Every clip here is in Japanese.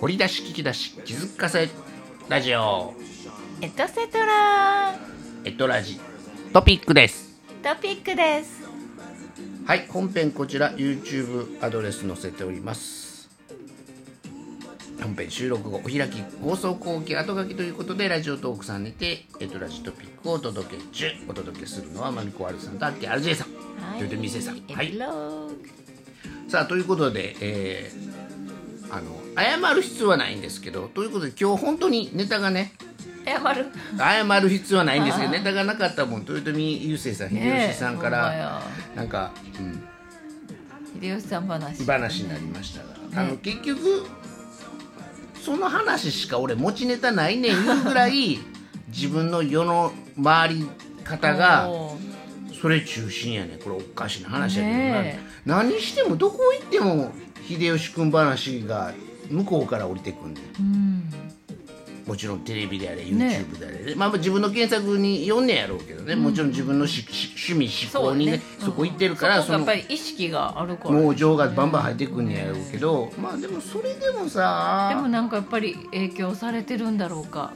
掘り出し聞き出し気づかせラジオエトセトラエトラジトピックですトピックですはい本編こちら YouTube アドレス載せております本編収録後お開き放送後期後書きということでラジオトークさんにてエトラジトピックをお届け中お届けするのはマミコアルさんとアッキーアルジェイさんはいという店さんはエいピローグさあということで、えーあの謝る必要はないんですけどということで今日本当にネタがね謝る謝る必要はないんですけどネタがなかったもん豊臣優勢さんねえ秀吉さんから、ほんまよなんか、うん、秀吉さん話話になりましたが、あの結局その話しか俺持ちネタないねんいうぐらい自分の世の回り方がおーそれ中心やねんこれおかしな話やけどな、ねえ何してもどこ行っても秀吉君話が向こうから降りてくんねんうんもちろんテレビであれね YouTube であれ、まあ、まあ自分の検索に読んねやろうけどね、もちろん自分のしし趣味思考にねそこ行ってるから、うんそそこのがやっぱり意識があるから農場がバンバン入ってくんねやろうけど、まあでもそれでもでもさなんかやっぱり影響されてるんだろうか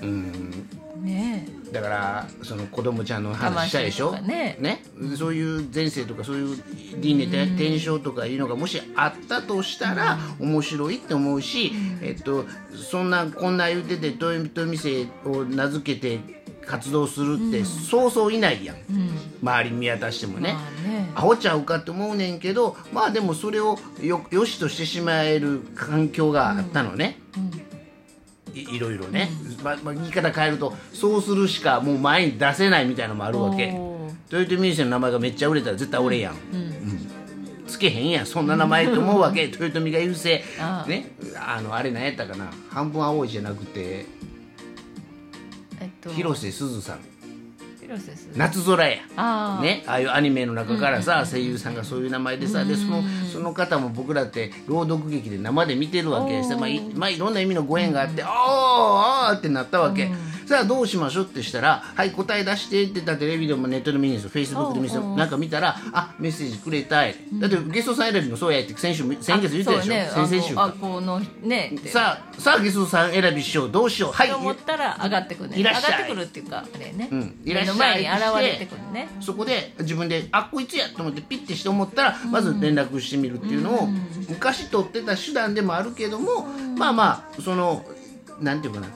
うんねだからその子供ちゃんの話したでしょ、魂とかねそういう前世とかそういう輪廻転転生とかいうのがもしあったとしたら面白いって思うし、えっと、そんなこんな言うてて豊豊見世を名付けて活動するってそうそういないやん、えうん周り見渡してもね。まあねアホちゃうかと思うねんけどまあでもそれをよよしとしてしまえる環境があったのね、うんいいろいろね、まま言い方変えるとそうするしかもう前に出せないみたいなのもあるわけおー豊臣秀吉の名前がめっちゃ売れたら絶対俺やん、うんつけへんやんそんな名前と思うわけ豊臣が優勢ああねあのあれ何やったかな半分青いじゃなくてえっと広瀬すずさん広瀬すず夏空やああね、ああいうアニメの中からさ、声優さんがそういう名前でさ、でそのその方も僕らって朗読劇で生で見てるわけですよおーまあいまあ、いろんな意味のご縁があって「あああーってなったわけ、さあどうしましょうってしたら「はい答え出して」って言ったらテレビでもネットでもいいんですよフェイスブックでもいいんですおーよおーなんか見たら「あメッセージくれたい」だってゲストさん選びもそうやって先週も先月言ってたでしょ、あそ先う々ね週あのかあこのねってさあさあゲストさん選びしようどうしようはいと思ったら上がってくるねいらっしゃい上がってくるっていうかあれね、うんいらっし目ゃのい前に現れてくるねそこで自分であこいつやと思ってピッてして思ったらまず連絡してみるっていうのを昔取ってた手段でもあるけどもまあまあそのなんていうかな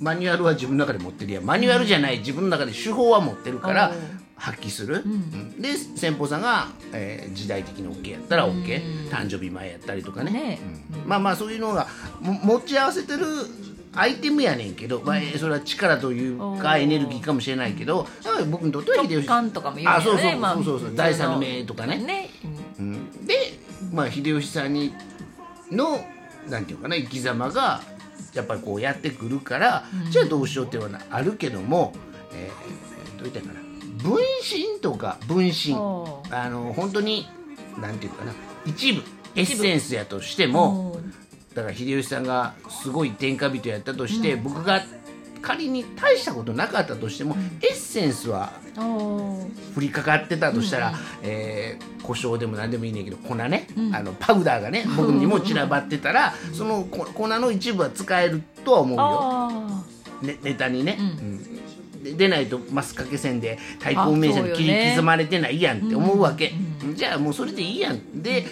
マニュアルは自分の中で持ってるやんマニュアルじゃない自分の中で手法は持ってるからうん発揮する、うんで先方さんが、えー時代的に OK やったら OK 誕生日前やったりとかねねうんまあまあそういうのがも持ち合わせてるアイテムやねんけど、まあ、それは力というおかーエネルギーかもしれないけどだから僕にとっては秀直吉感とかも言うよねあそうそうまあそうそうそう普通の第三の目とかねね、うんで、まあ、秀吉さんにのなんていうかな生き様がやっぱりこうやってくるから、じゃあどうしようっていうのはあるけども、えーどう言ったらいいかな分身とか分身おーあの本当になんていうかな一部エッ一部センスやとしてうんも、うんだから秀吉さんがすごい天下人やったとして、僕が仮に大したことなかったとしても、エッセンスはおー振りかかってたとしたら、えー胡椒でも何でもいいねんけど粉ね、んあのパウダーがね僕にも散らばってたらそのこ粉の一部は使えるとは思うよ。あね、ネタにね、うんうんで出ないとマス掛け線で対抗名車にあそ切うよねり刻まれてないやんって思うわけ、じゃあもうそれでいいやんで、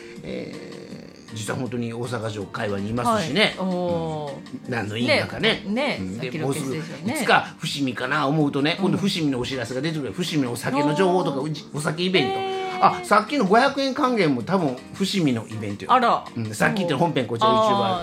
えー実は本当に大阪城界隈にいあますしね、はい、おー何の因果かねねねうんさっできものうケすースぐいでしょうねつか伏見かな思うとね、今度伏見のお知らせが出てくる伏見のお酒の情報とかおうちお酒イベント、へあさっきの500円還元も多分伏見のイベントよあら、うん、さっき言った本編こちら あ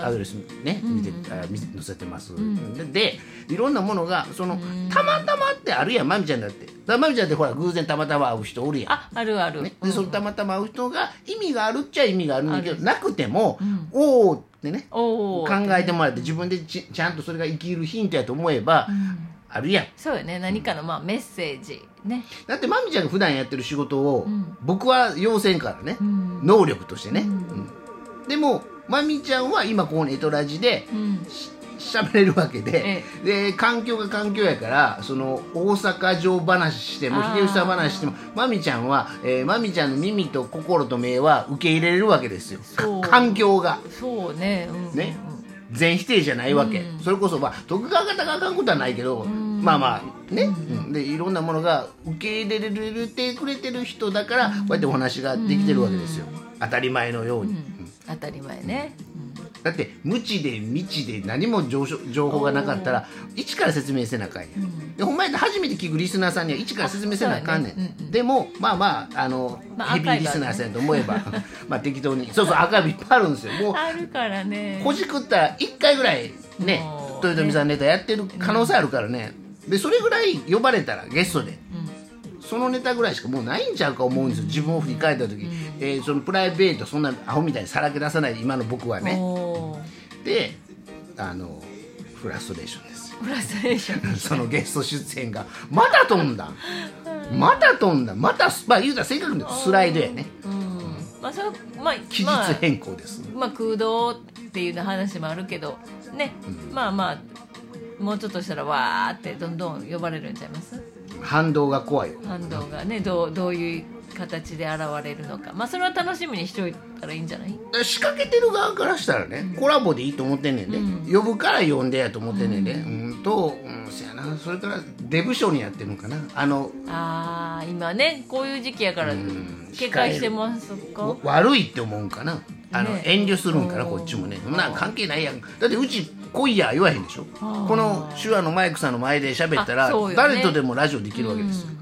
YouTube ーアドレスね見て、あ見載せてます、ででいろんなものがそのたまたまってあるやんまみちゃんだってだからまみちゃんってほら偶然たまたま会う人おるやんああるある、ね、うでんそのたまたま会う人が意味があるっちゃ意味があるんだけあどるなくても、んおおってねお考ーえてもらって自分でちちゃんとそれが生きるヒントやと思えば、あるやんそうよね何かのまあメッセージねだってまみちゃんが普段やってる仕事を、ん僕は要せんからね、ん能力としてね、うんでもまみちゃんは今ここのエトラジで、うんしゃべれるわけでえ,、で環境が環境やからその大阪城話してもあ秀ー吉さん話してもまみちゃんは、えー、まみちゃんの耳と心と目は受け入れれるわけですよそう環境が。そうねうんね全否定じゃないわけ、うんそれこそ、まあ、徳川方があかんことはないけど、んまあまあね、うんでいろんなものが受け入れれてくれてる人だからこうやってお話ができてるわけですよ、当たり前のよううに、ん、当たり前ね、だって無知で未知で何も情緒情報がなかったら一から説明せなあかんや、ん、でほんまやったら初めて聞くリスナーさんには一から説明せなあかんねん、あそうやねうんうんでもまあまああの、まあヘビーリスナーさんやと思えばまあ適当にそうそうアーカイブいっぱいあるんですよもうあるからねこじくったら1回ぐらいねもう豊臣さんネタやってる可能性あるからねでそれぐらい呼ばれたらゲストでうそのネタぐらいしかもうないんちゃうか思うんですよ自分を振り返った時、えーそのプライベートそんなアホみたいにさらけ出さない今の僕はん、ねおーであのフラストレーションですよ フラストレーションそのゲスト出演がまた飛んだまた飛んだまたまあ言うたら正確に言うとスライドやねうんまあそれはまあ期日まあ変更です、まあ、空洞っていう話もあるけどね、まあまあもうちょっとしたらわーってどんどん呼ばれるんちゃいます反動が怖いよ反動がねどうどういう形で現れるのかまあそれは楽しみにしておいたらいいんじゃない仕掛けてる側からしたらねコラボでいいと思ってんねんで、呼ぶから呼んでやと思ってんねんで、うん、と、うん、そやなそれからデブ賞にやってるのかなあのあー今ねこういう時期やからん警戒してますかわ悪いって思うんかなあの、ね遠慮するんかなおーこっちもねそんなん関係ないやんだってうち来いや言わへんでしょあーこの手話のマイクさんの前で喋ったあら、そうよね誰とでもラジオできるわけですよ、ね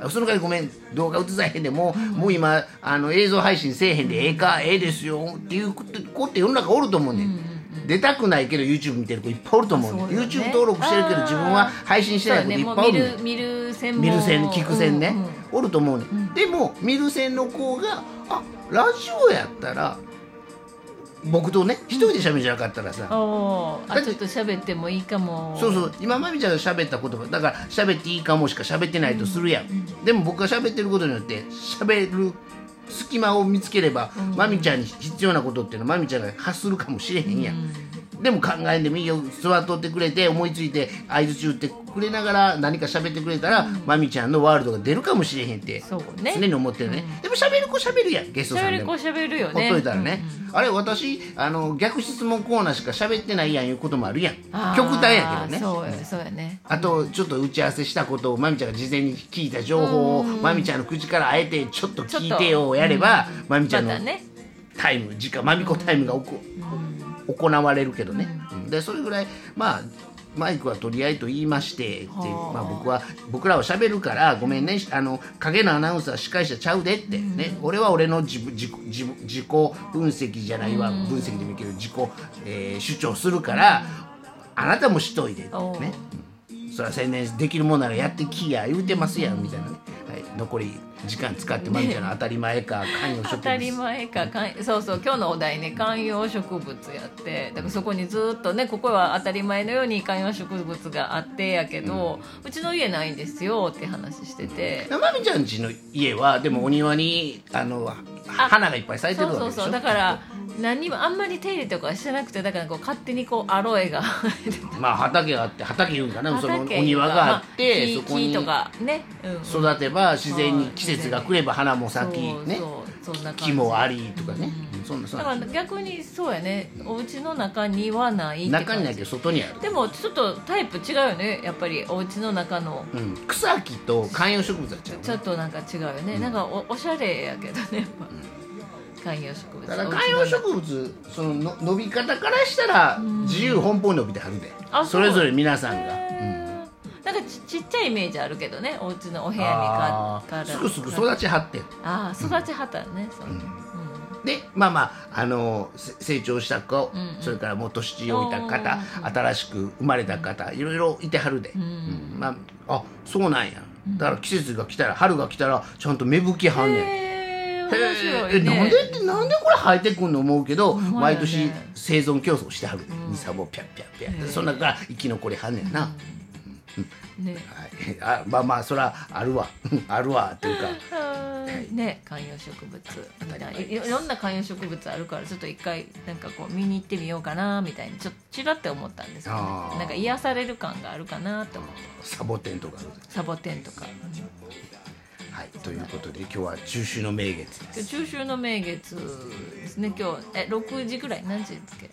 あその代わりごめん動画映さへんでも、もう今あの映像配信せえへんでええかええですよっていう子って世の中おると思うねん、出たくないけど YouTube 見てる子いっぱいおると思うねんそうよね YouTube 登録してるけどあー自分は配信してそうなやい子いねっもぱいおう見るねんる見る線も見る線聞く線ね、うんうんおると思うね、ん、でも見る線の子があラジオやったら僕とね一人で喋ゃなかったらさ、おーだあってちょっと喋ってもいいかもそうそう今まみちゃんが喋った言葉だから喋っていいかもしか喋ってないとするやん、でも僕が喋ってることによって喋る隙間を見つければ、まみちゃんに必要なことっていうのはまみちゃんが発するかもしれへんやん、でも考えんでもいいよ座っとってくれて思いついて相づち打ってくれながら何か喋ってくれたら、まみちゃんのワールドが出るかもしれへんってそうね常に思ってるね、でも喋る子喋るやんゲストさ喋んでる子も喋るよほねっといたらね、あれ私あの逆質問コーナーしか喋ってないやんいうこともあるやんあー極端やけどねそうやそうやねあとちょっと打ち合わせしたことをまみちゃんが事前に聞いた情報をまみちゃんの口からあえてちょっと聞いてよをやればまみちゃまんのたねタイム時間まみこタイムがおこ、行われるけどね、うんでそれぐらいまあマイクは取り合いと言いましてって、はあまあ、僕は僕らは喋るからごめんねあの影のアナウンサー司会者ちゃうでって、ね、俺は俺の自分自己自分自己分析じゃないわ、分析でもいいけど自己、えー主張するから、あなたもしといでっておうね、うんそれは宣伝できるもんならやってきや言うてますやんみたいなね、はい、残り時間使ってまみちゃんの当たり前か関与当職た物り前かかんそうそう今日のお題ね観葉植物やってだからそこにずっとねここは当たり前のように観葉植物があってやけど、うちの家ないんですよって話してて、まみちゃん家の家はでもお庭にあの花がいっぱい咲いてるそわうけでしそょうそうだから何もあんまり手入れとかしてなくてだからこう勝手にこうアロエが生えてまあ畑があって畑言うんかなそのお畑が庭があって、まあそ木こに木とかね、うん、育てば自然に季節が来れば花も咲きそうねそうそんな感じ木もありとかね、うんそんなそんだからな逆にそうやねお家の中にはないって感じ中にないけど外にある、でもちょっとタイプ違うよねやっぱりお家の中のうん、草木と観葉植物はちゃうねちょっとなんか違うよね、なんかおおしゃれやけどねやっぱ、観葉植物だからお家の観中葉植物そのの伸び方からしたら自由奔放に伸びてはるで、あそれぞれ皆さんが、へーなんかちちっちゃいイメージあるけどねお家のお部屋にあかーからすぐすぐ育ちはってんああ育ち旗ねそう、うんでまあまあ、あのせ成長した子、うんうんそれからもう年老いたうんうん方、新しく生まれた方いろいろいてはるで、うんまあ、あそうなんやだから季節が来たら春が来たらちゃんと芽吹きはんねん。へえ面白えいねなんでってなんでこれ生えてくんの思うけど、ほんまやね毎年生存競争してはる、ミサボピャッピャッピャッへえそんなから生き残りはんねんな、ねはい、あまあまあそらあるわ あるわっていうかね観葉植物みたいないいろんな観葉植物あるからちょっと一回なんかこう見に行ってみようかなみたいにちょっとちらって思ったんですけど、あーなんか癒される感があるかなと思ってサボテンとかあるでサボテンとかはいということで今日は中秋の名月です今日中秋の名月ですね今日え6時ぐらい何時ですっけ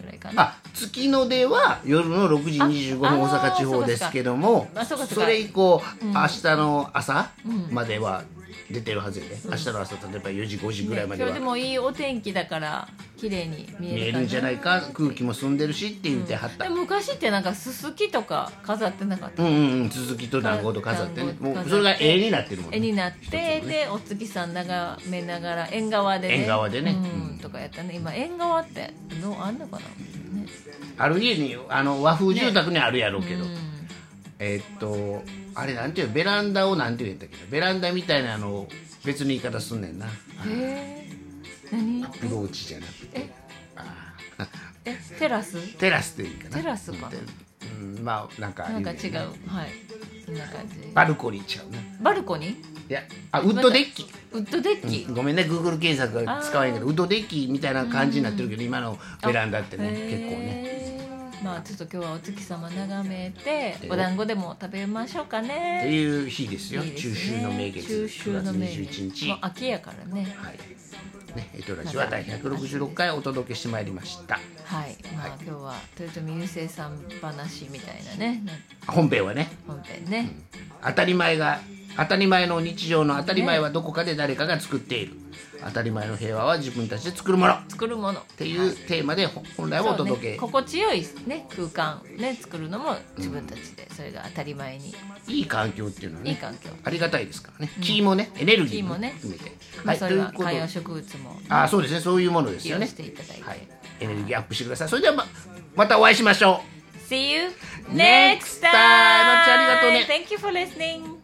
ぐらいかかねあ月の出は夜の6時25分あ大阪地方ですけどもあーそうかそうそかあそうかそうかれ以降、うん明日の朝うんまでは出てるはずよね、明日の朝例えば4時5時ぐらいまでねは今日でもいいお天気だから綺麗に見える見えかるんじゃないか空気も澄んでるしって言ってはった、でも昔ってなんかすすきとか飾ってなかった、うんうんうん続きと団子と飾ってね団子も飾っうてそれが絵になってるもんね絵になって、一つのねでお月さん眺めながら縁側でね縁側でねうんうんとかやったね今縁側ってどうあんのかな、ね、ある家にあの和風住宅にあるやろうけど、うんえーっとあれなんていうのベランダをなんて言うんやったっけなベランダみたいなのを別の言い方すんねんなえー、何ローチじゃなくてえあえテラスーテラスっていうかなテラスかうんうんまあなんかなんか言違ううねはいそんな感じバルコニーちゃうねバルコニーいやあウッドデッキウッドデッキ、うんごめんね Google 検索が使わへんけどウッドデッキみたいな感じになってるけど今のベランダってね結構ねねまあちょっと今日はお月様眺めてえーお団子でも食べましょうかってねいう日ですよいいです中ね秋の名月中秋の名9月21月日もう秋やからねはいねエトラジは第166回お届けしてまいりましたはいまあ、はい今日は豊臣優生さん話みたいなねな本編はね本編ね、当たり前が当たり前の日常の当たり前はどこかで誰かが作っている当たり前の平和は自分たちで作るものっ作るものっていうテーマでほ本来はお届け、ね、心地よい、ね、空間、ね、作るのも自分たちで、それが当たり前にいい環境っていうのはねいい環境ありがたいですからね気もねエネルギーも気もね含めて、まあ、それといはうこと観葉植物もあそうですねそういうものです利よ用ねしていただいて、はいエネルギーアップしてくださいそれではままたお会いしましょう See you Next next time! time! まっちゃんありがとうね Thank you for listening!